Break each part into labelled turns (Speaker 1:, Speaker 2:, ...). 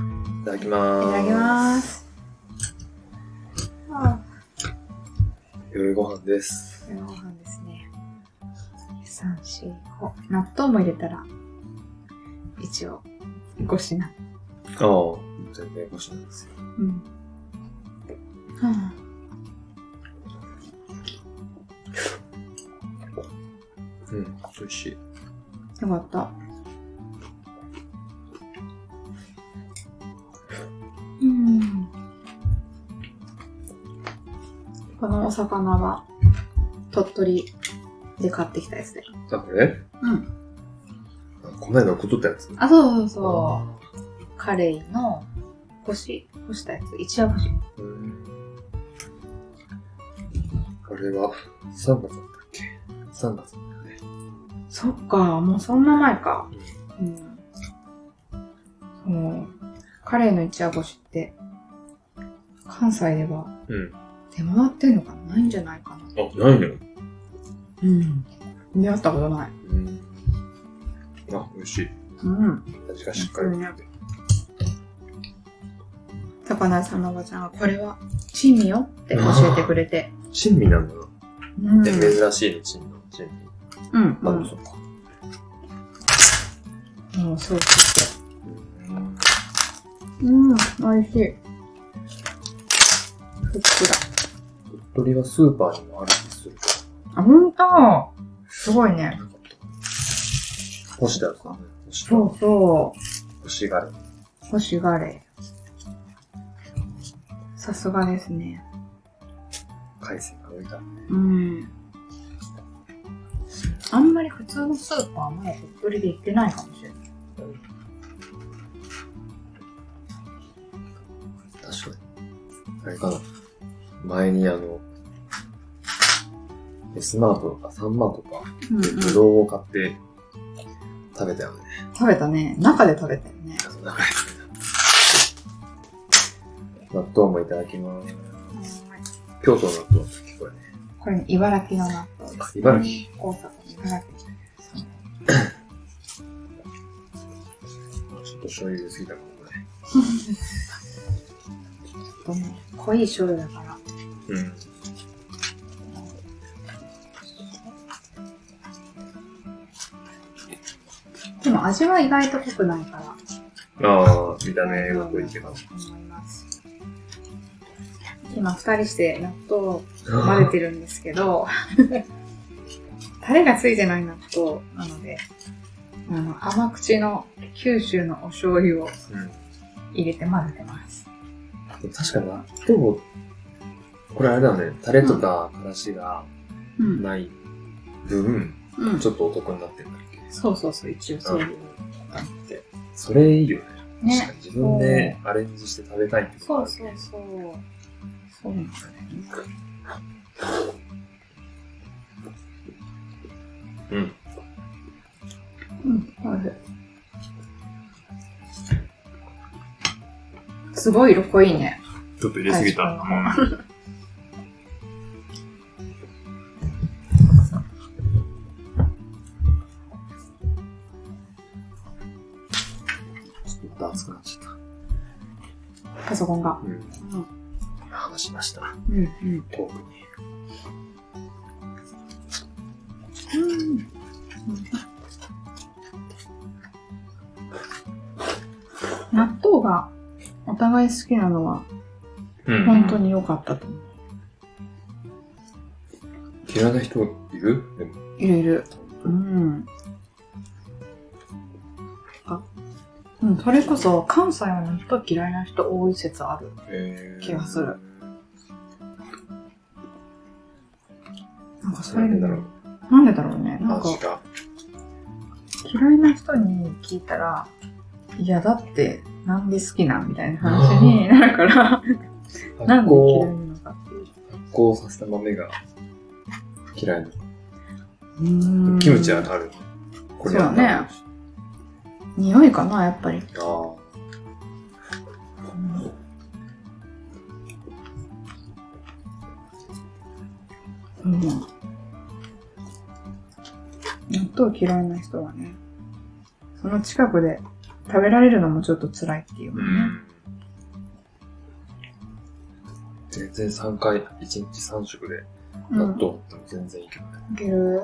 Speaker 1: きます。
Speaker 2: いただきます。あ
Speaker 1: 夜ご飯です。
Speaker 2: あ、夜ご飯ですね。三四五。納豆も入れたら、一応、5品。
Speaker 1: ああ、全然ごしなんですよ。
Speaker 2: うん。は
Speaker 1: うん、美味しい。
Speaker 2: あ、よかった。うん。このお魚は、鳥取で買ってきたやつで。
Speaker 1: あ、これ
Speaker 2: うん。
Speaker 1: あこの間送っとったやつ
Speaker 2: あ、そうそうそう。カレイの干し、干したやつ、一夜干し。
Speaker 1: う。うん。あれは、3月だったっけ ?3 月だったね。
Speaker 2: そっか、もうそんな前か。うん。そう。カレイの一夜干しって、関西では
Speaker 1: うん。
Speaker 2: 出回ってんのかなないんじゃないかな。
Speaker 1: あ、ないの
Speaker 2: うん。出会ったことない。
Speaker 1: うん。あ、美味しい。
Speaker 2: うん。
Speaker 1: 味がしっかり。
Speaker 2: 高梨さんのおばちゃんが、これは、珍味よって教えてくれて。
Speaker 1: 珍味なんだな。
Speaker 2: うん。
Speaker 1: え
Speaker 2: う
Speaker 1: 珍しいの、珍味。珍味。
Speaker 2: ん。
Speaker 1: あ、で
Speaker 2: う
Speaker 1: も
Speaker 2: ん
Speaker 1: そっか。
Speaker 2: うん、そう聞いて。
Speaker 1: うん。
Speaker 2: うん、美味しい。ふっく
Speaker 1: 鳥取はスーパーにもある気する。
Speaker 2: ら。あ、ほんとすごいね。
Speaker 1: なかった。星だよね。星だ。
Speaker 2: そうそう。
Speaker 1: 星がある。
Speaker 2: 干しガレイ。さすがですね。
Speaker 1: 海鮮が多いから。
Speaker 2: うん。あんまり普通のスーパーも鳥取で行ってないかもしれない。
Speaker 1: 確かに。あれかな。前にあの、S マートとか3マートとか
Speaker 2: うん
Speaker 1: でブドウを買って食べたよね。
Speaker 2: 食べたね。中で食べたよね。
Speaker 1: その中で納豆もいただきます。京都の納豆の時これね。
Speaker 2: これ、茨城の納豆です、
Speaker 1: あ茨城。
Speaker 2: 大阪、茨城。
Speaker 1: ちょっと醤油入れすぎたかもこ
Speaker 2: とね、濃い醤油だから。
Speaker 1: れ。うん。
Speaker 2: でも味は意外と濃くないから。
Speaker 1: ああ、見た目が濃いけど。
Speaker 2: 思います。今、二人して納豆を混ぜてるんですけど、タレがついてない納豆なので、あの甘口の九州のお醤油を
Speaker 1: うん
Speaker 2: 入れて混ぜてます。
Speaker 1: 確かに納豆、これあれだよね、タレとかからしが
Speaker 2: うん。
Speaker 1: ない分、
Speaker 2: うん
Speaker 1: ち。ょっとお得になってるんだっけ
Speaker 2: そうそうそう、一応そういう感じで。
Speaker 1: それいいよね。
Speaker 2: ね
Speaker 1: 確かに自分でアレンジして食べたいってこと
Speaker 2: そ
Speaker 1: があ
Speaker 2: う
Speaker 1: る
Speaker 2: そうそう。そうなんだよね。
Speaker 1: うん。
Speaker 2: うん、すごい色濃いね。
Speaker 1: ちょっと入
Speaker 2: れすぎた確か
Speaker 1: ちょっと熱くなっちゃった。
Speaker 2: パソコンが。
Speaker 1: うん。話しました。
Speaker 2: うん、うん。
Speaker 1: 遠くに。
Speaker 2: うん。納豆がお互い好きなのは
Speaker 1: う
Speaker 2: 本当。に良かったと思う。
Speaker 1: 嫌いな人いるでも。
Speaker 2: いるいる。うん。あ、うん、それこそ関西は納豆嫌いな人多い説ある。
Speaker 1: えー
Speaker 2: 気がする。なんかそ
Speaker 1: な
Speaker 2: れ
Speaker 1: んでだろう。
Speaker 2: なんでだろうね。なんか
Speaker 1: 味が。
Speaker 2: 嫌いな人に聞いたら、いやだって、なんで好きなんみたいな話になるから、な
Speaker 1: 発
Speaker 2: んで嫌い
Speaker 1: 酵、
Speaker 2: なのかっていう。
Speaker 1: 発酵させた豆が嫌いな
Speaker 2: うーん
Speaker 1: キムチはある。これは
Speaker 2: そうだね。匂いかな、やっぱり。
Speaker 1: ああ。
Speaker 2: うん。納豆嫌いな人はね、その近くで食べられるのもちょっと辛いっていう
Speaker 1: う
Speaker 2: ね。
Speaker 1: ん。全然3回、1日3食で、
Speaker 2: うん
Speaker 1: 納豆だったら全然いける。
Speaker 2: いける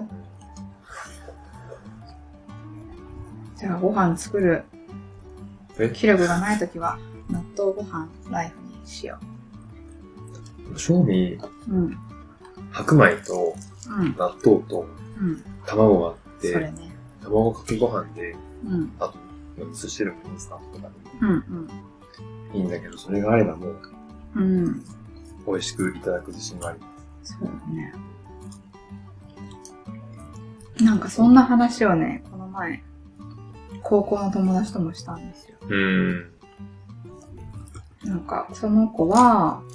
Speaker 2: じゃあ、ご飯作る
Speaker 1: え
Speaker 2: 気力がないときは、納豆ご飯ライフにしよ
Speaker 1: 正味、
Speaker 2: う。うん。うん。
Speaker 1: 白米と納豆と
Speaker 2: うん。
Speaker 1: 卵があっ
Speaker 2: それ
Speaker 1: て、
Speaker 2: ね。
Speaker 1: 卵かけご飯で、
Speaker 2: うん。
Speaker 1: あと、寿司でもインスタントとかでも
Speaker 2: うん。
Speaker 1: いいんだけど、それがあればもう、
Speaker 2: うん。うん。
Speaker 1: 美味しくいただく自信がありま
Speaker 2: そうだね。なんかそんな話をね、この前、高校の友達ともしたんですよ。
Speaker 1: す。うん。
Speaker 2: なんか、その子は、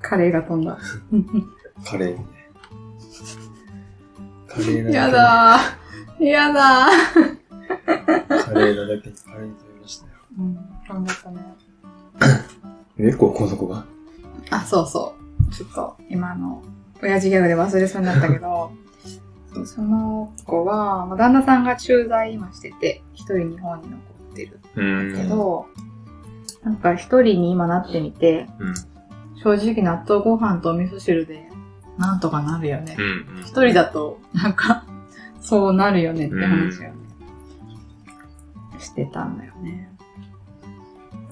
Speaker 2: カレーが飛んだ。
Speaker 1: カレーね。カレー
Speaker 2: やだー。やだー。
Speaker 1: カレーなだけにカレーに飛びましたよ。
Speaker 2: うん、飛んじゃったね。
Speaker 1: え、高校の子が
Speaker 2: あ、そうそう。ちょっと、今の、親父ギャグで忘れそうになったけど、 そうその子は、まあ旦那さんが駐在今してて、一人日本に残ってる
Speaker 1: う
Speaker 2: け。ど、なんか一人に今なってみて、
Speaker 1: うん。
Speaker 2: 正直納豆ご飯とお味噌汁で、なんとかなるよね。
Speaker 1: うん。
Speaker 2: 一人だと、なんか、そうなるよねって話をね、してたんだよね。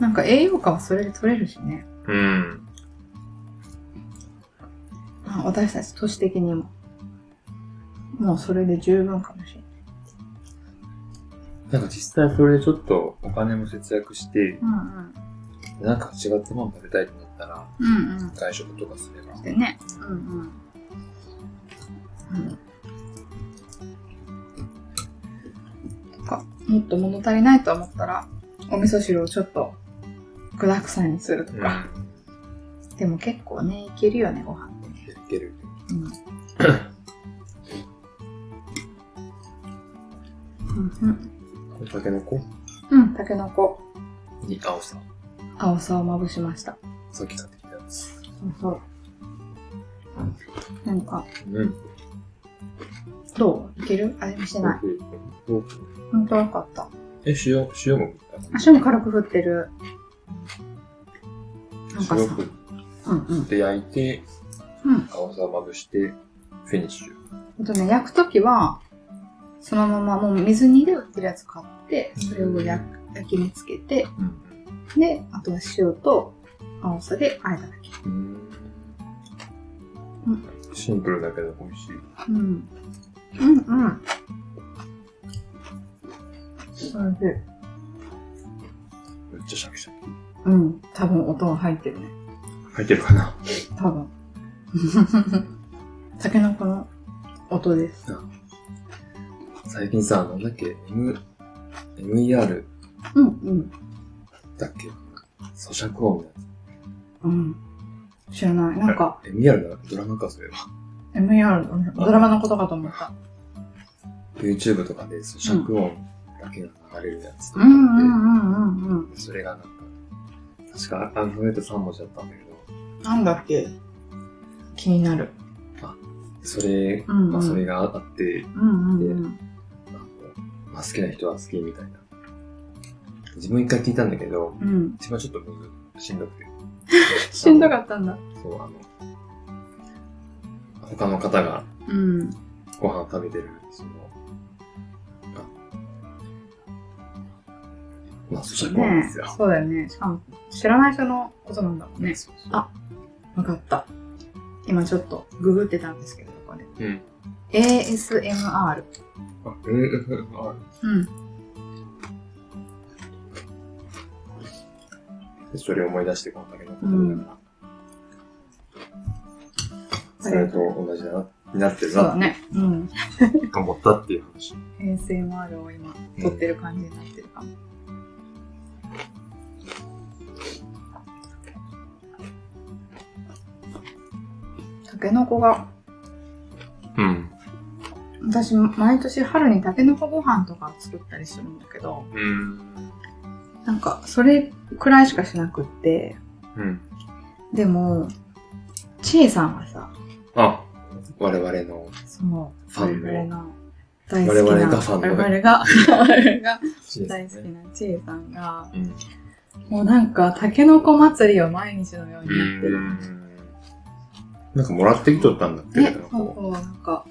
Speaker 2: なんか栄養価はそれで取れるしね。
Speaker 1: うん。
Speaker 2: まあ私たち都市的にも。もうそれで十分かもしれ
Speaker 1: なんか実際それでちょっとお金も節約して、
Speaker 2: ない。
Speaker 1: なんか違ったもの食べたいってなったら、
Speaker 2: うんうん。うんうん。
Speaker 1: 外食とかすれば。
Speaker 2: でね。うんうん。うん。とか、もっと物足りないと思ったら、お味噌汁をちょっと具沢山にするとか。
Speaker 1: ん。
Speaker 2: でも結構ね、いけるよね、ご飯ってね。
Speaker 1: いける。
Speaker 2: うん。
Speaker 1: これタケノコ
Speaker 2: うん、たけのこ、
Speaker 1: に青さ。
Speaker 2: 青さをまぶしました。
Speaker 1: さっき買ってきたやつ。
Speaker 2: そうそう。なんか、
Speaker 1: うん。
Speaker 2: どういけるあれもしてない。
Speaker 1: うん
Speaker 2: ほんとよかった。あ、
Speaker 1: え、塩、塩も
Speaker 2: 塩も軽く振ってる。なんか
Speaker 1: 塩
Speaker 2: さ
Speaker 1: 振、
Speaker 2: うんうん。
Speaker 1: って焼いて、
Speaker 2: うん。
Speaker 1: 青さをまぶして、フィニッシュ。
Speaker 2: あとね、焼くときは、そのままもう水煮で売ってるやつ買って、それを焼く焼きにつけて、
Speaker 1: うん。
Speaker 2: で、あとは塩と青さで和えただけ。
Speaker 1: うん。シンプルだけど美味しい。
Speaker 2: うん。うんうん。おいしい。
Speaker 1: めっちゃシャキシャキ。
Speaker 2: うん。多分音が入ってるね。
Speaker 1: 入ってるかな
Speaker 2: 多分。タケノコの音です。
Speaker 1: 最近さ、なんだっけ、M、MER
Speaker 2: うんうん。
Speaker 1: だっけ咀嚼音みたい
Speaker 2: うん。知らない。なんか、
Speaker 1: な。MER だ、ドラマか、それは。
Speaker 2: MER のドラマのことかと思った。
Speaker 1: YouTube とかで咀嚼音だけが流れるやつと
Speaker 2: う
Speaker 1: かあ
Speaker 2: ん
Speaker 1: って、
Speaker 2: うんうんうんうん。
Speaker 1: それがなんか、確かアルファベット3文字だったんだけど、
Speaker 2: なんだっけ気になる。
Speaker 1: それ、
Speaker 2: うんうん
Speaker 1: まあそれがあって、
Speaker 2: うんうんうん。
Speaker 1: あのまあ、好きな人は好きみたいな。自分一回聞いたんだけど、
Speaker 2: うん。
Speaker 1: 一番ちょっとむずしんどくて。
Speaker 2: しんどかったんだ。
Speaker 1: そう、あの、他の方が
Speaker 2: うん。
Speaker 1: ご飯食べてる、その、あまあ、咀嚼音で
Speaker 2: ね
Speaker 1: すよ。
Speaker 2: そうだよね。しかも、知らない人のことなんだもんね。
Speaker 1: そうそう
Speaker 2: あわかった。今ちょっとググってたんですけど、これ。
Speaker 1: うん。
Speaker 2: ASMR。
Speaker 1: あ、えー、あ
Speaker 2: うん。
Speaker 1: でそれを思い出してこんだけのことになから、それと同じだな、になってる
Speaker 2: そうだ
Speaker 1: な、
Speaker 2: ね。うん。
Speaker 1: と思ったっていう話。
Speaker 2: ASMR を今、撮ってる感じになってるかも。タケノコが、
Speaker 1: うん。
Speaker 2: 私、毎年春にタケノコご飯とか作ったりするんだけど、
Speaker 1: うん。
Speaker 2: なんか、それくらいしかしなくって、
Speaker 1: うん。
Speaker 2: でも、ちえさんはさ、
Speaker 1: あ、我々の、
Speaker 2: その、
Speaker 1: ファ
Speaker 2: 我
Speaker 1: ンの
Speaker 2: 々の大好きな、
Speaker 1: 我々がファンの
Speaker 2: 我々が、我々が大好きなちえさんが、
Speaker 1: うん。
Speaker 2: もうなんか、タケノコ祭りを毎日のようにやってる。
Speaker 1: なんかもらってきとったんだって、な
Speaker 2: ね
Speaker 1: ん、か
Speaker 2: そう
Speaker 1: こ
Speaker 2: そう、なんか、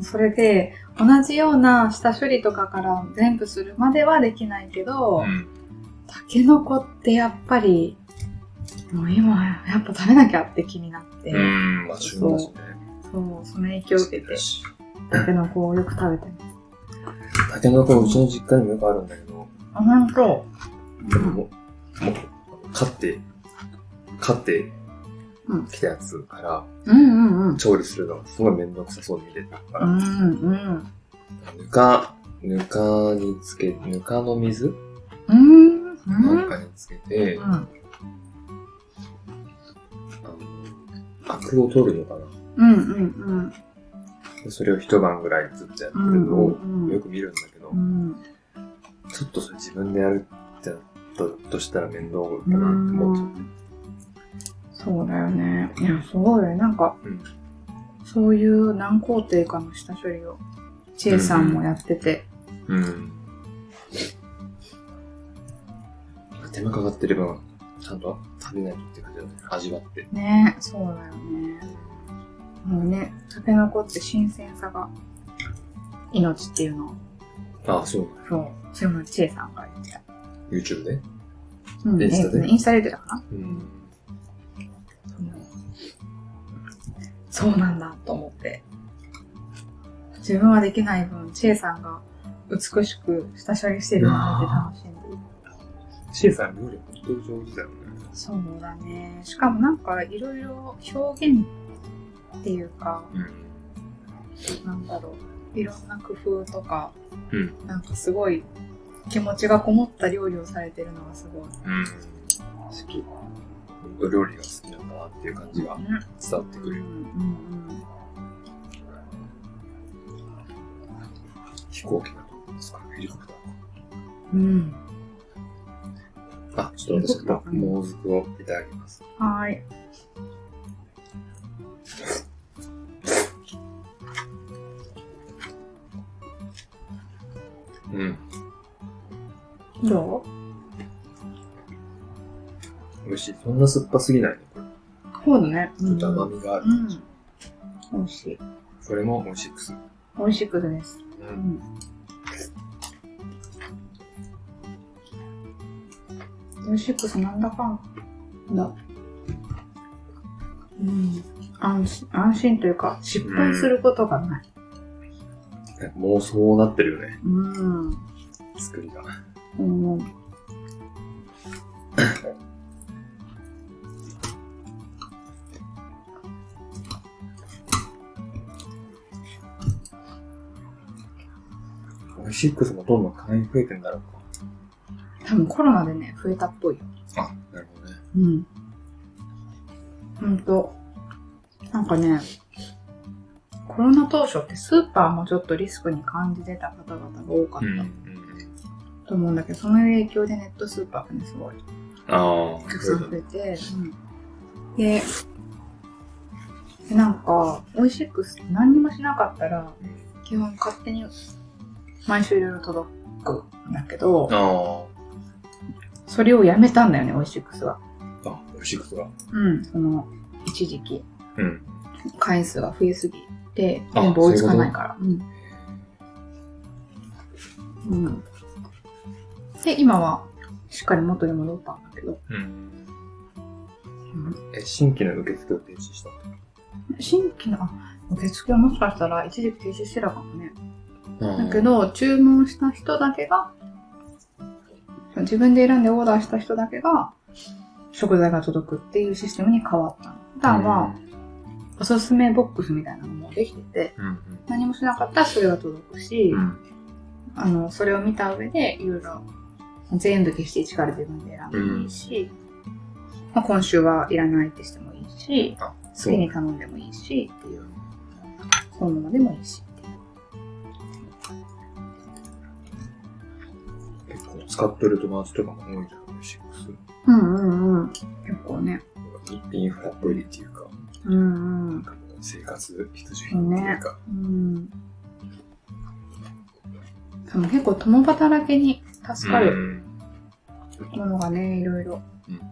Speaker 2: それで、同じような下処理とかから全部するまではできないけ
Speaker 1: う
Speaker 2: ど、
Speaker 1: うん
Speaker 2: タケノコってやっぱり、もう今、やっぱ食べなきゃって気になって、
Speaker 1: うん、まあ、旬だしね。
Speaker 2: そう、その影響を受けて、タケノコをよく食べてます。
Speaker 1: タケノコ、うちの実家にもよくあるんだけど、
Speaker 2: あ、なんと、
Speaker 1: でも、もう、買って、買って
Speaker 2: うん、
Speaker 1: きたやつから、
Speaker 2: うんうんうん。
Speaker 1: 調理するのがすごいめんどくさそうに見てたか
Speaker 2: う
Speaker 1: ら、
Speaker 2: んうん。
Speaker 1: ぬか、ぬかにつけ、ぬかの水
Speaker 2: うん。う
Speaker 1: なん
Speaker 2: ん。
Speaker 1: かにつけて、あ
Speaker 2: うん。
Speaker 1: の、アクを取るのかな
Speaker 2: うんうん
Speaker 1: でそれを一晩ぐらいずっとやって
Speaker 2: う
Speaker 1: る
Speaker 2: ん。うん
Speaker 1: の
Speaker 2: う
Speaker 1: を
Speaker 2: ん
Speaker 1: よく見るんだけど、
Speaker 2: うん。
Speaker 1: ちょっとそれ自分でやるってなったとしたら面倒だ
Speaker 2: う
Speaker 1: なって思っちゃっ
Speaker 2: んそうだよね。いや、すごいよね。なんか、
Speaker 1: うん
Speaker 2: そういう何工程かの下処理を、ちえさんもやってて。
Speaker 1: た。うん。手間かかってれば、ちゃんと食べないとって感じだね。味わって。
Speaker 2: ねそうだよね。もうね、タケノコって新鮮さが命っていうのを、
Speaker 1: ああ、そうなの。
Speaker 2: そう、それもちえさんが言ってた。
Speaker 1: YouTube で。
Speaker 2: うん、
Speaker 1: インスタで
Speaker 2: えっとねインスタで言ってたかな
Speaker 1: うん。
Speaker 2: そうなんだと思って。自分はできない分、ちえさんが美しく下処理してるのを見て楽しんでる。
Speaker 1: シエさん料理本当に上手だよね。
Speaker 2: そうだね。しかもなんかいろいろ表現っていうか、
Speaker 1: うん。
Speaker 2: なんだろう。いろんな工夫とか、
Speaker 1: うん
Speaker 2: なんかすごい気持ちがこもった料理をされてるのがすごい
Speaker 1: うん。
Speaker 2: 好き。
Speaker 1: お料理が好きなんだなっていう感じが
Speaker 2: うん。
Speaker 1: 伝わってく
Speaker 2: うん
Speaker 1: る。
Speaker 2: うん
Speaker 1: 飛行機だと思いますかヘリコプター
Speaker 2: うん。
Speaker 1: か。あ、ちょっと私ももずくをいただきます。
Speaker 2: うん。はーい。
Speaker 1: うん。
Speaker 2: ど
Speaker 1: 美味しい。そんな酸っぱすぎないね。これ
Speaker 2: うそうだね。
Speaker 1: ちょっと甘みがある。
Speaker 2: うん。美味しい。
Speaker 1: これも美味しくする。
Speaker 2: 美味しくです。
Speaker 1: う。
Speaker 2: うんん。ヨシックスなんだかんだ。うん。安心、安心というか、失敗することがない。
Speaker 1: もうそうなってるよね。
Speaker 2: うん。
Speaker 1: 作りが。
Speaker 2: うん。
Speaker 1: 美味しくもどんどん会員増えてんだろう
Speaker 2: 多分コロナでね、増えたっぽいよ。
Speaker 1: か。あ、なるほどね。
Speaker 2: うん。ほんと。なんかね、コロナ当初ってスーパーもちょっとリスクに感じてた方々が多かった。
Speaker 1: ん。
Speaker 2: と思うんだけど、その影響でネットスーパーがね、すごい、
Speaker 1: ああ。
Speaker 2: たくさん増えて、うん、で、なんか、オイシックスって何にもしなかったら、基本勝手に毎週いろいろ届くんだけど、
Speaker 1: あ
Speaker 2: それをやめたんだよね、オイシックスは。
Speaker 1: あ。あ、美味しくが。
Speaker 2: うん、その、一時期、
Speaker 1: うん。
Speaker 2: 回数が増えすぎて、
Speaker 1: あ
Speaker 2: 全部追いつかないから。うん。うん。で、今は、しっかり元に戻ったんだけど、
Speaker 1: うん。
Speaker 2: うん、
Speaker 1: え、新規の受付を停止した
Speaker 2: 新規のあ受付はもしかしたら一時期停止してたかもね。
Speaker 1: の
Speaker 2: だけ、ど、注文した人だけが、自分で選んでオーダーした人だけが、食材が届くっていうシステムに変わったの。普段は、おすすめボックスみたいなのもできてて、
Speaker 1: うん。
Speaker 2: 何もしなかったらそれが届くし、
Speaker 1: うん。
Speaker 2: あの、それを見た上で、いろいろ、全部消して一から自分で選んでもいいし、まあ、今週はいらないってしてもいいし、
Speaker 1: あ、そ
Speaker 2: 次
Speaker 1: う。
Speaker 2: に頼んでもいいし、っていう、そのままでもいいし。
Speaker 1: 結構使ってる友達とかも多いじゃん、美味しくする。
Speaker 2: うんうんうん。結構ね。
Speaker 1: インフラっぽいっていうか、
Speaker 2: うんうん。
Speaker 1: 生活必需品っていうか。
Speaker 2: うん。でも結構共働きに助かる
Speaker 1: る。
Speaker 2: ものがね、いろいろ
Speaker 1: うんうん。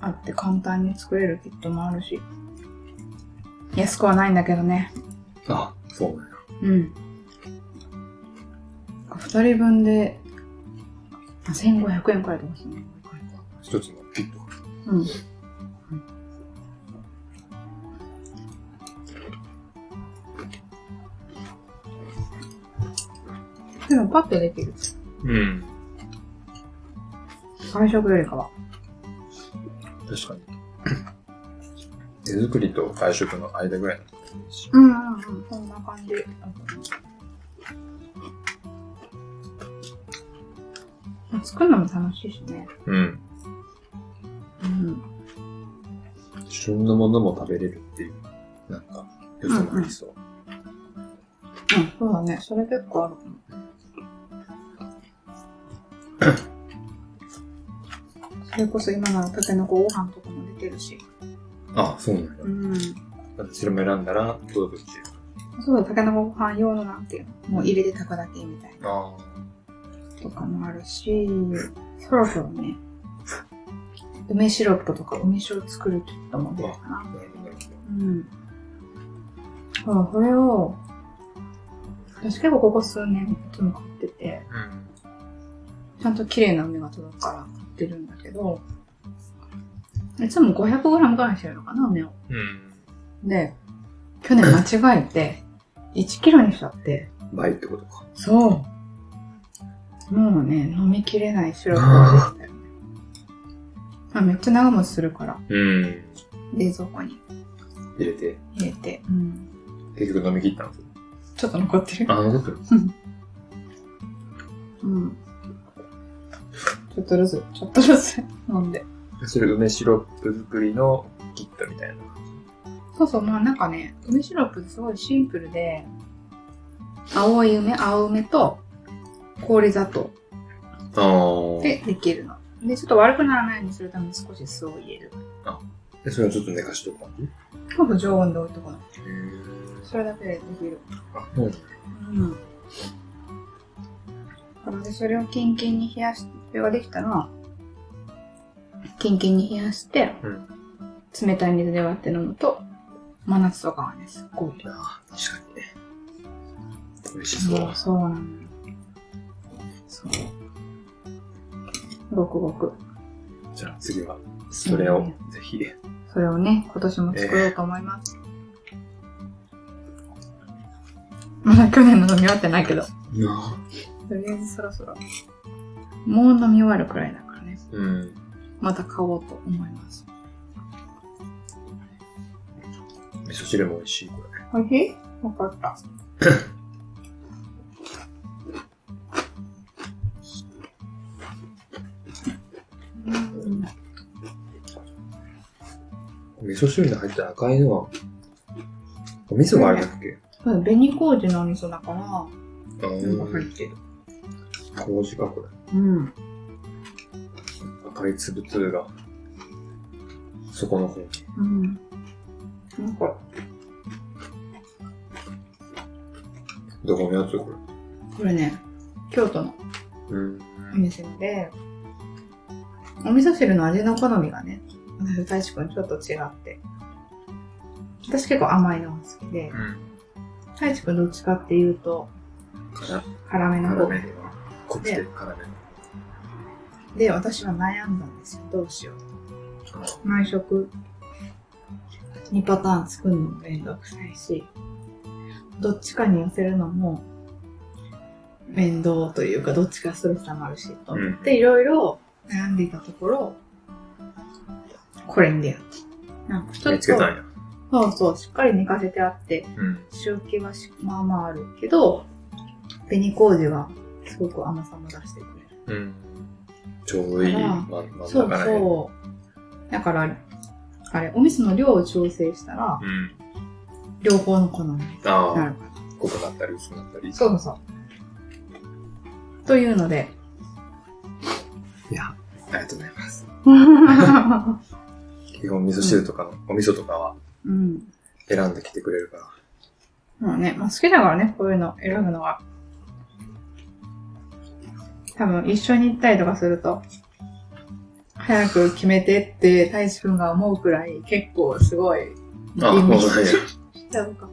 Speaker 2: あって簡単に作れるキットもあるし。安くはないんだけどね。
Speaker 1: あ、そうなんや。
Speaker 2: うん。二人分で、あ1500円くらいでますね。
Speaker 1: 一つのキット。
Speaker 2: うん。でもパッとできる。
Speaker 1: うん。
Speaker 2: 外食よりかは。
Speaker 1: 確かに。 手作りと外食の間ぐらいの感じ
Speaker 2: うんうんうん、こんな感じ。作るのも楽しいしね。
Speaker 1: うん。
Speaker 2: うん。
Speaker 1: 旬のものも食べれるっていう、なんか、良さもありそう。
Speaker 2: うん、そうだね。それ結構ある かも。それこそ今ならタケノコご飯とかも出てるし。
Speaker 1: あ、そうなんや。
Speaker 2: うん。
Speaker 1: 私も選んだら届くっていう。
Speaker 2: そうだ、タケノコご飯用のなんていうの。もう入れて炊くだけみたいな
Speaker 1: あ
Speaker 2: とかもあるし、そろそろね、梅シロップとか梅酒を作るキットも出るかな
Speaker 1: あ。。なるほど、なる
Speaker 2: うん。あこれを、私結構ここ数年いつも買ってて、ちゃんと綺麗な梅が届くから買ってるんだけど、いつも 500g ぐらいしてるのかな、梅を。
Speaker 1: ほど。うん。
Speaker 2: で、去年間違えて、1kg にしちゃって、
Speaker 1: うん。倍ってことか。
Speaker 2: そう。もうね、飲みきれないシロップができたよね。まあめっちゃ長持ちするから、
Speaker 1: うん。
Speaker 2: 冷蔵庫に
Speaker 1: 入れて、
Speaker 2: 入れて。うん。
Speaker 1: 結局飲み切ったんですよ。
Speaker 2: ちょっと残ってる。
Speaker 1: あ、残ってる。
Speaker 2: うん。ちょっとずつ、ちょっとずつ飲んで。
Speaker 1: それ梅シロップ作りのキットみたいな。
Speaker 2: そうそう、まあなんかね、梅シロップすごいシンプルで、青い梅、青梅と氷砂糖
Speaker 1: ああ。
Speaker 2: でできるの。で、ちょっと悪くならないようにするために少し酢を入れる。
Speaker 1: で、それをちょっと寝かしとく感じへ
Speaker 2: ほぼ常温で置いとくの。
Speaker 1: え。
Speaker 2: それだけでできる。
Speaker 1: あ、そうなんだ
Speaker 2: うん。なので、それをキンキンに冷やし、それができたら、キンキンに冷やして、
Speaker 1: う
Speaker 2: 冷たい水で割って飲むと、真夏とかはね、すっごい。
Speaker 1: あー確かにね。美味しそう。
Speaker 2: そうなのよ。そう。ごくごく。
Speaker 1: じゃあ次は、それをぜひ。
Speaker 2: それをね、今年も作ろうと思います。まだ去年の飲み終わってないけど、と
Speaker 1: な
Speaker 2: りあえずそろそろ。もう飲み終わるくらいだからね。
Speaker 1: うん。
Speaker 2: また買おうと思います。
Speaker 1: 味噌汁も美味しい、これ。
Speaker 2: おいしいわかった。うん
Speaker 1: 味噌汁に入った赤いのは、お味噌があれだっけ
Speaker 2: そう、紅麹のお味噌だから、
Speaker 1: あ
Speaker 2: なんか入ってる。
Speaker 1: あ。麹か、これ。
Speaker 2: うん。
Speaker 1: 赤い粒々が、そこの方に。
Speaker 2: うん。なんか、
Speaker 1: どこのやつこれ。
Speaker 2: これね、京都の
Speaker 1: うん。
Speaker 2: お店で、お味噌汁の味の好みがね、私と大志くんちょっと違って。私結構甘いのが好きで、
Speaker 1: うん。
Speaker 2: 大志くんどっちかっていうと、
Speaker 1: から、
Speaker 2: 辛めの
Speaker 1: 辛
Speaker 2: 方
Speaker 1: めの。濃くて辛めの。
Speaker 2: で、私は悩んだんですよ。どうしよう。毎食2パターン作るのもめんどくさいし、どっちかに寄せるのも面倒というか、どっちかストレス溜まるし、と思っていろいろ悩んでいたところ、これに出会った。なんかちょっ
Speaker 1: 見
Speaker 2: と、
Speaker 1: つけたんや。
Speaker 2: そうそう、しっかり寝かせてあって、
Speaker 1: うん。
Speaker 2: 塩気はしまあまああるけど、紅麹はすごく甘さも出してくれる。
Speaker 1: うん。ちょうどいい
Speaker 2: あら
Speaker 1: 真真ん
Speaker 2: そ
Speaker 1: 中
Speaker 2: う
Speaker 1: らへん。
Speaker 2: そう。だから、あれ、お味噌の量を調整したら、
Speaker 1: うん。
Speaker 2: 両方の好みに
Speaker 1: あ
Speaker 2: な
Speaker 1: あ、
Speaker 2: るから。
Speaker 1: 濃くなったり薄くなったり。
Speaker 2: そうそうそう。というの で、
Speaker 1: いや、ありがとうございます。
Speaker 2: う
Speaker 1: 基本味噌汁とかの、お味噌とかは
Speaker 2: ん。
Speaker 1: 選んできてくれるから。
Speaker 2: まあね、まあ、好きだからね、こういうの選ぶのは。多分一緒に行ったりとかすると、早く決めてって大志くんが思うくらい結構すごい、
Speaker 1: あ、
Speaker 2: 吟
Speaker 1: まあ、
Speaker 2: 味
Speaker 1: はい
Speaker 2: し。なんか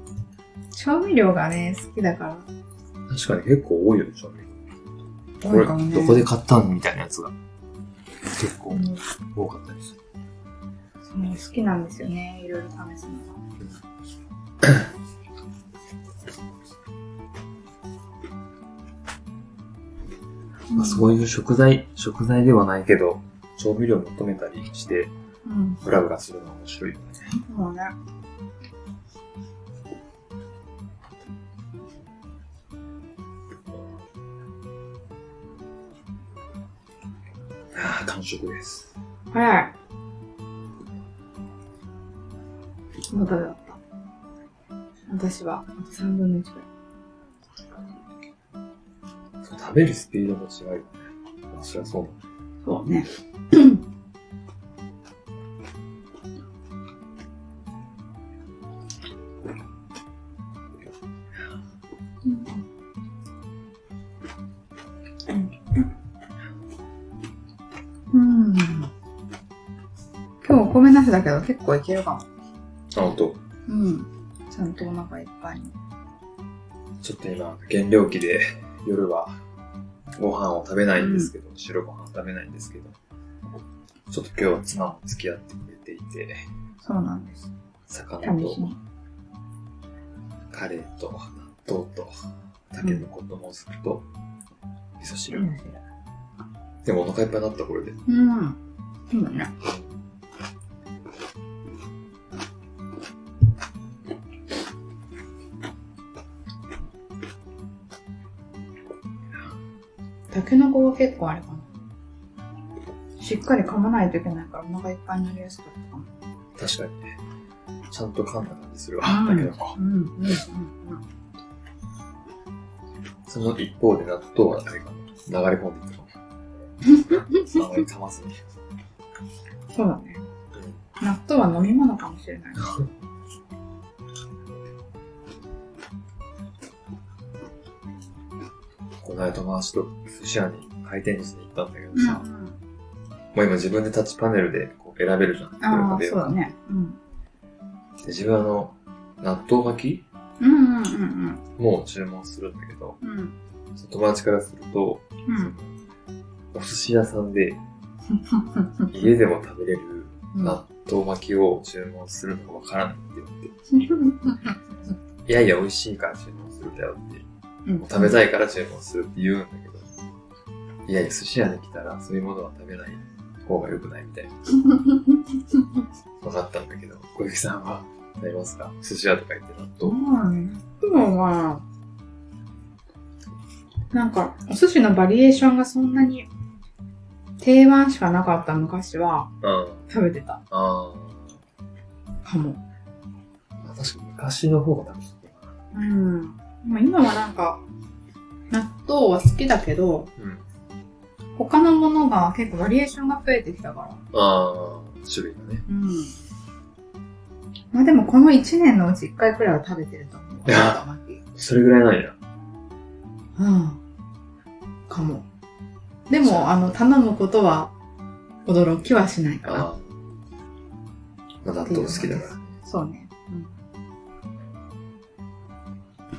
Speaker 2: 調味料がね、好きだから。
Speaker 1: 確かに結構多いよね、調味料
Speaker 2: 多
Speaker 1: これ
Speaker 2: いかもね
Speaker 3: どこで買ったんみたいなやつが結構
Speaker 2: うん
Speaker 3: 多かったです。
Speaker 2: そう好きなんですよね。いろいろ試すのが。
Speaker 3: まあ、そういう食材、食材ではないけど、調味料を求めたりして、
Speaker 2: うん。
Speaker 1: ブラブラするのは面白いよね。
Speaker 2: そうね。
Speaker 1: ああ、完食です。
Speaker 2: 早い。まだだった。私は、あと3分の1くらい。
Speaker 1: 食べるスピードも違うよね。まあ、そりゃそうだ。
Speaker 2: そうね。うん。今日お米なしだけど結構いけるかも。
Speaker 1: あ、ほんと。
Speaker 2: うん。ちゃんとお腹いっぱいに。
Speaker 1: ちょっと今、減量期で夜はご飯を食べないんですけど、白ご飯を食べないんですけど、ちょっと今日は妻も付き合ってくれていて、
Speaker 2: そうなんです。
Speaker 1: 魚
Speaker 2: 試し
Speaker 1: と
Speaker 2: に。
Speaker 1: カレーと納豆とタケノコともずくと味噌汁。でもお腹いっぱいになったこれで。
Speaker 2: うん。そうだね。たけのこは結構あれかな。しっかり噛まないといけないからお腹いっぱいになりやすかったかも。
Speaker 1: 確かにね。ちゃんと噛んだ感じするわ
Speaker 2: う。ん
Speaker 1: タケノコ。
Speaker 2: うんうんうん
Speaker 1: その一方で納豆はあれかな。流れ込んでい ったかも。あまり噛まずに。
Speaker 2: うん。そうだね。納豆は飲み物かもしれない。
Speaker 1: この間友達と寿司屋に回転寿司に行ったんだけど
Speaker 2: うん
Speaker 1: さ、もう今自分でタッチパネルでこう選べるじゃん。どれ
Speaker 2: あ
Speaker 1: 食
Speaker 2: あ、
Speaker 1: べよ
Speaker 2: そうう
Speaker 1: か
Speaker 2: だね。うん。
Speaker 1: で自分あの、納豆巻
Speaker 2: うんうんうん
Speaker 1: きも注文するんだけど、
Speaker 2: うん。うん。
Speaker 1: 友達からすると、
Speaker 2: う
Speaker 1: その
Speaker 2: ん。
Speaker 1: お寿司屋さんで家でも食べれる納豆巻きを注文するのがわからないって言って、いやいや美味しいから注文するんだよって、
Speaker 2: うん
Speaker 1: もう食 べたいから注文するって言うんだけど、いやいや寿司屋に来たらそういうものは食べない方が良くないみたいな。分かったんだけど、小雪さんは食べますか寿司屋とか行って納
Speaker 2: どう
Speaker 1: 豆。
Speaker 2: なのでもまあ、なんか、お寿司のバリエーションがそんなに定番しかなかった昔は
Speaker 1: うん。
Speaker 2: 食べてた
Speaker 1: あ
Speaker 2: かも。
Speaker 1: あ。まあ確かに昔の方が楽しいかな。
Speaker 2: うん。まあ今はなんか、納豆は好きだけど、
Speaker 1: うん。
Speaker 2: 他のものが結構バリエーションが増えてきたから。
Speaker 1: ああ、種類がね。
Speaker 2: うん。まあでもこの1年のうち1回くらいは食べてると 思う。
Speaker 1: いやそれぐらいなんや。
Speaker 2: うん。かも。でも、あの、頼むことは驚きはしないかな。
Speaker 1: ああ。まあ納豆好きだから。
Speaker 2: そうね。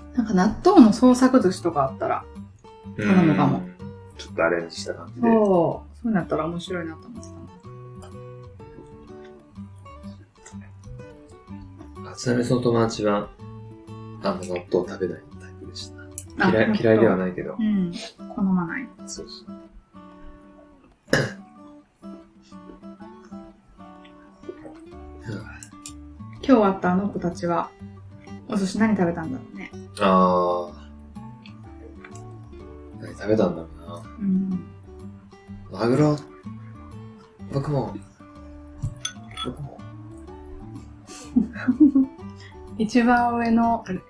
Speaker 2: うん。なんか納豆の創作寿司とかあったら、
Speaker 1: うん
Speaker 2: 頼むかも。
Speaker 1: ちょっとアレンジした感じで。
Speaker 2: そう、そうなったら面白いなと思ってたの。
Speaker 1: あちなみにその友達は、あの納豆食べないタイプでした。
Speaker 2: あ。
Speaker 1: 嫌い嫌いではいないけど。
Speaker 2: うん。好まない。
Speaker 1: そうそう。
Speaker 2: 今日会ったあの子たちは、お寿司何食べたんだろうね。
Speaker 1: ああ。何食べたんだろうな。
Speaker 2: うん。
Speaker 1: マグロ僕も。僕も。
Speaker 2: 一番上の、あれ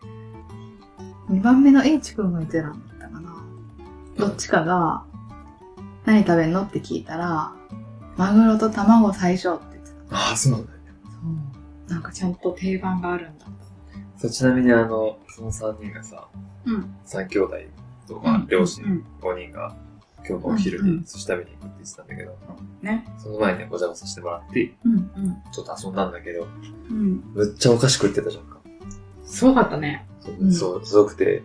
Speaker 2: 二番目の H 君がいてなんだったかな。どっちかが、何食べんのって聞いたら、マグロと卵最初って言ってた。
Speaker 1: ああ、そうなんだ。
Speaker 2: そう。なんかちゃんと定番があるんだ。
Speaker 1: そうちなみにあの、その3人がさ、
Speaker 2: うん
Speaker 1: 3兄弟と、まあ、両親
Speaker 2: うん。
Speaker 1: 5人が、今日のお昼に
Speaker 2: うんうん
Speaker 1: 寿司食べに行くって言ってたんだけど、
Speaker 2: ね。
Speaker 1: その前にごちゃごちゃしてもらって、
Speaker 2: うんうん。
Speaker 1: ちょっと遊んだんだけど、
Speaker 2: うん。
Speaker 1: むっちゃお菓子食ってたじゃんか。
Speaker 2: すごかったね。
Speaker 1: そう
Speaker 2: うん
Speaker 1: そう、すごくて、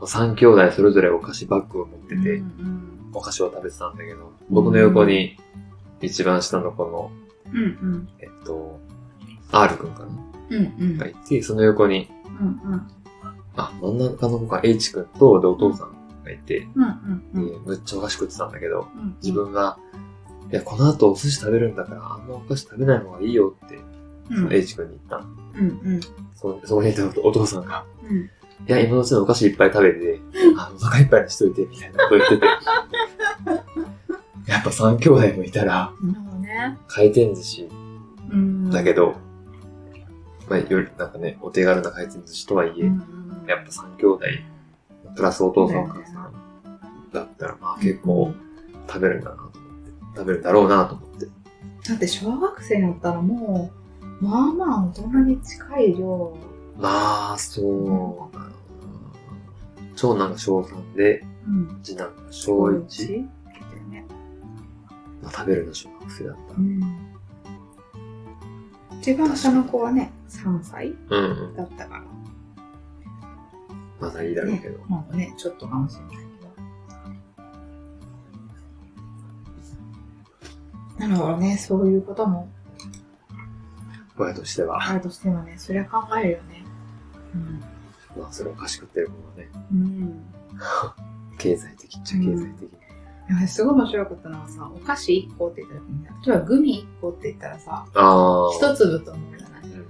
Speaker 1: 3兄弟それぞれお菓子バッグを持ってて、
Speaker 2: うん
Speaker 1: お菓子を食べてたんだけど、僕の横に、一番下の子の、
Speaker 2: うん。うん
Speaker 1: えっと、R くんかな
Speaker 2: うん。うん
Speaker 1: がいて、その横に、
Speaker 2: うんうん。
Speaker 1: あ、真ん中の子が H くんと、で、お父さんがいて、
Speaker 2: うんうんうん。
Speaker 1: でむっちゃお菓子食ってたんだけど、
Speaker 2: うん
Speaker 1: 自分が、いや、この後お寿司食べるんだから、あんまお菓子食べない方がいいよって、
Speaker 2: う
Speaker 1: そ
Speaker 2: ん
Speaker 1: の H くんに言ったの。
Speaker 2: うんうん
Speaker 1: そそこにいたお父さんが、
Speaker 2: うん。
Speaker 1: いや、今のうちのお菓子いっぱい食べて、あお腹いっぱいにしといて、みたいなこと言 ってて。やっぱ3兄弟もいたら、
Speaker 2: なるほどね。
Speaker 1: 回転寿司
Speaker 2: うん
Speaker 1: だけど、まあ、より、なんかね、お手軽な回転寿司とはいえ、やっぱ三兄弟、プラスお父さんお母さんだったら、まあ結構食べるんだなと思って、食べるんだろうなと思って。
Speaker 2: だって小学生になったらもうまあまあ大人に近い量
Speaker 1: まあ、そうだろうな。長男が小3で、
Speaker 2: うん
Speaker 1: 次男が小1。
Speaker 2: だよね
Speaker 1: まあ、食べるの小学生だっ
Speaker 2: うん一番下の子はね3歳
Speaker 1: た。うんうん。
Speaker 2: だったから
Speaker 1: まだいいだろうけど。
Speaker 2: まあねちょっとかもしれないけどなるほどねそういうことも
Speaker 1: 親としては、
Speaker 2: あるとしてもねそりゃ考えるよねうん
Speaker 1: まあそれおかしくってるものはね、
Speaker 2: うん
Speaker 1: 経済的っちゃ経済的。
Speaker 2: いやすごい面白かったのはさ、お菓子1個って言ったらみんな、例えばグミ1個って言ったらさ、
Speaker 1: ああ。
Speaker 2: 1粒と思うじゃない
Speaker 1: うん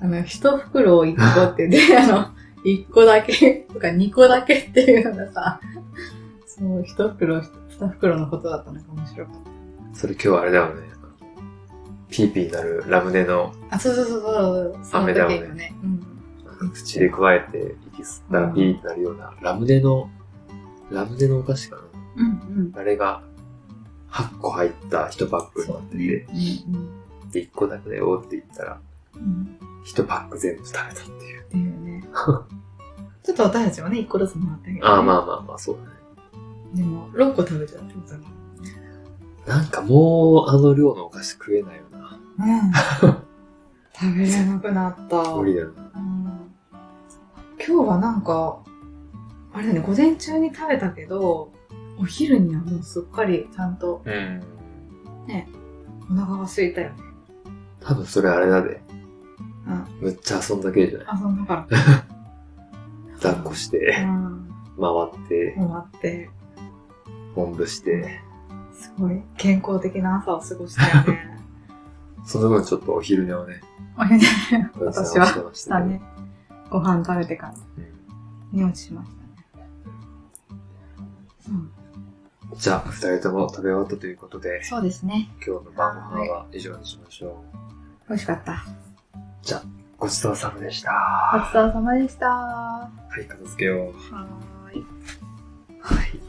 Speaker 2: あの、1袋を1個って言って、あの、1個だけとか2個だけっていうのがさ、そう、1袋、2袋のことだったのが面白かっ
Speaker 1: それ今日あれだよね。ピーピーなるラムネの
Speaker 2: た。あ、そうそうそうそう、その時のね。うん。
Speaker 1: 口で加えて息吸ったらピーってなるような、ラムネの、ラムネのお菓子か
Speaker 2: うんうん。
Speaker 1: な。あれが8個入った1パックになってて、
Speaker 2: うん
Speaker 1: で1個だけだよって言ったら、
Speaker 2: うん。うん。
Speaker 1: 1パック全部食べたっていう。
Speaker 2: っていう ね。ちょっと私たちもね、1個ずつもらったけど、ね。
Speaker 1: ああ、まあまあまあ、そうだね。
Speaker 2: でも、6個食べちゃったってことだね。
Speaker 1: なんかもうあの量のお菓子食えないよな。
Speaker 2: うん。食べれなくなった。
Speaker 1: 無理だよな。
Speaker 2: うん今日はなんか、あれだね、午前中に食べたけど、お昼にはもうすっかりちゃんと
Speaker 1: うん。
Speaker 2: お腹が空いたよね。
Speaker 1: 多分それあれだで。
Speaker 2: うん。
Speaker 1: むっちゃ遊んだけじゃない。
Speaker 2: あ、そんだか
Speaker 1: 抱っこし
Speaker 2: ら。う
Speaker 1: て、
Speaker 2: ん。
Speaker 1: 回って、
Speaker 2: もう待って、
Speaker 1: おんぶして、
Speaker 2: すごい健康的な朝を過ごしたよね。
Speaker 1: その分ちょっとお昼寝をね、
Speaker 2: お昼寝私は
Speaker 1: してまし
Speaker 2: し
Speaker 1: た
Speaker 2: た
Speaker 1: けど
Speaker 2: ね。 ご飯食べてから
Speaker 1: うん
Speaker 2: 寝落ちしましたね。うん。
Speaker 1: じゃあ、二人とも食べ終わったということで、
Speaker 2: そうですね。
Speaker 1: 今日の晩ご飯は以上にしましょう。
Speaker 2: 美味しかった。
Speaker 1: ごちそうさまでした。は、
Speaker 2: ごちそうさまでした。はい
Speaker 1: 片付けよう。
Speaker 2: ーい。
Speaker 1: はい。